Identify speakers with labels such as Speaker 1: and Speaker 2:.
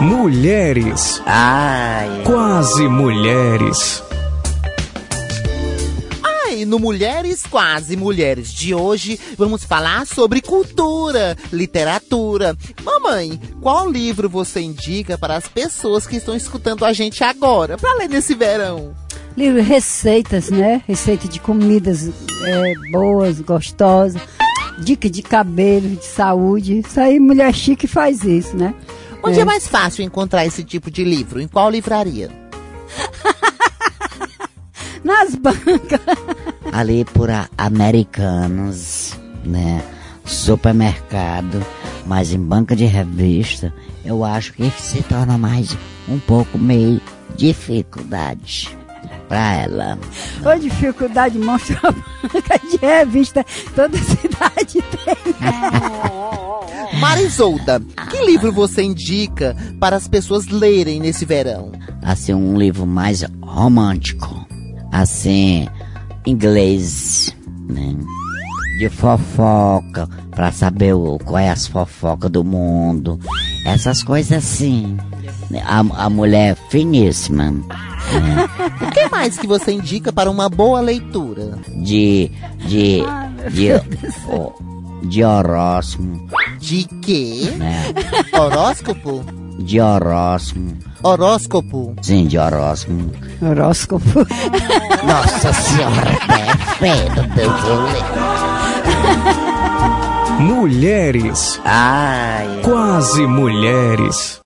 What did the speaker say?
Speaker 1: Mulheres.
Speaker 2: Ai.
Speaker 1: Quase mulheres.
Speaker 2: E no Mulheres Quase Mulheres de hoje, vamos falar sobre cultura, literatura. Mamãe, qual livro você indica para as pessoas que estão escutando a gente agora, para ler nesse verão?
Speaker 3: Livro receitas, né? Receita de comidas é, boas, gostosas, dica de cabelo, de saúde. Isso aí, mulher chique faz isso, né?
Speaker 2: Onde é, é mais fácil encontrar esse tipo de livro? Em qual livraria?
Speaker 3: Nas bancas.
Speaker 4: Ali por a, americanos, né? Supermercado, mas em banca de revista, eu acho que se torna mais um pouco meio dificuldade para ela.
Speaker 3: Ô, dificuldade, mostra a banca de revista, toda cidade tem.
Speaker 2: Marisolda, que livro você indica para as pessoas lerem nesse verão?
Speaker 4: Assim, um livro mais romântico, assim, inglês, né? De fofoca, para saber o, qual é as fofocas do mundo. Essas coisas assim. A, a mulher finíssima.
Speaker 2: É. O que mais que você indica para uma boa leitura?
Speaker 4: De. de. de. Oh, de horóscopo.
Speaker 2: De quê? É. Horóscopo?
Speaker 4: De horóscopo.
Speaker 2: Horóscopo?
Speaker 4: Sim, de horóscopo.
Speaker 3: Horóscopo.
Speaker 4: Nossa senhora, perfeito, Deus do
Speaker 1: Mulheres.
Speaker 4: Ai.
Speaker 1: Quase mulheres.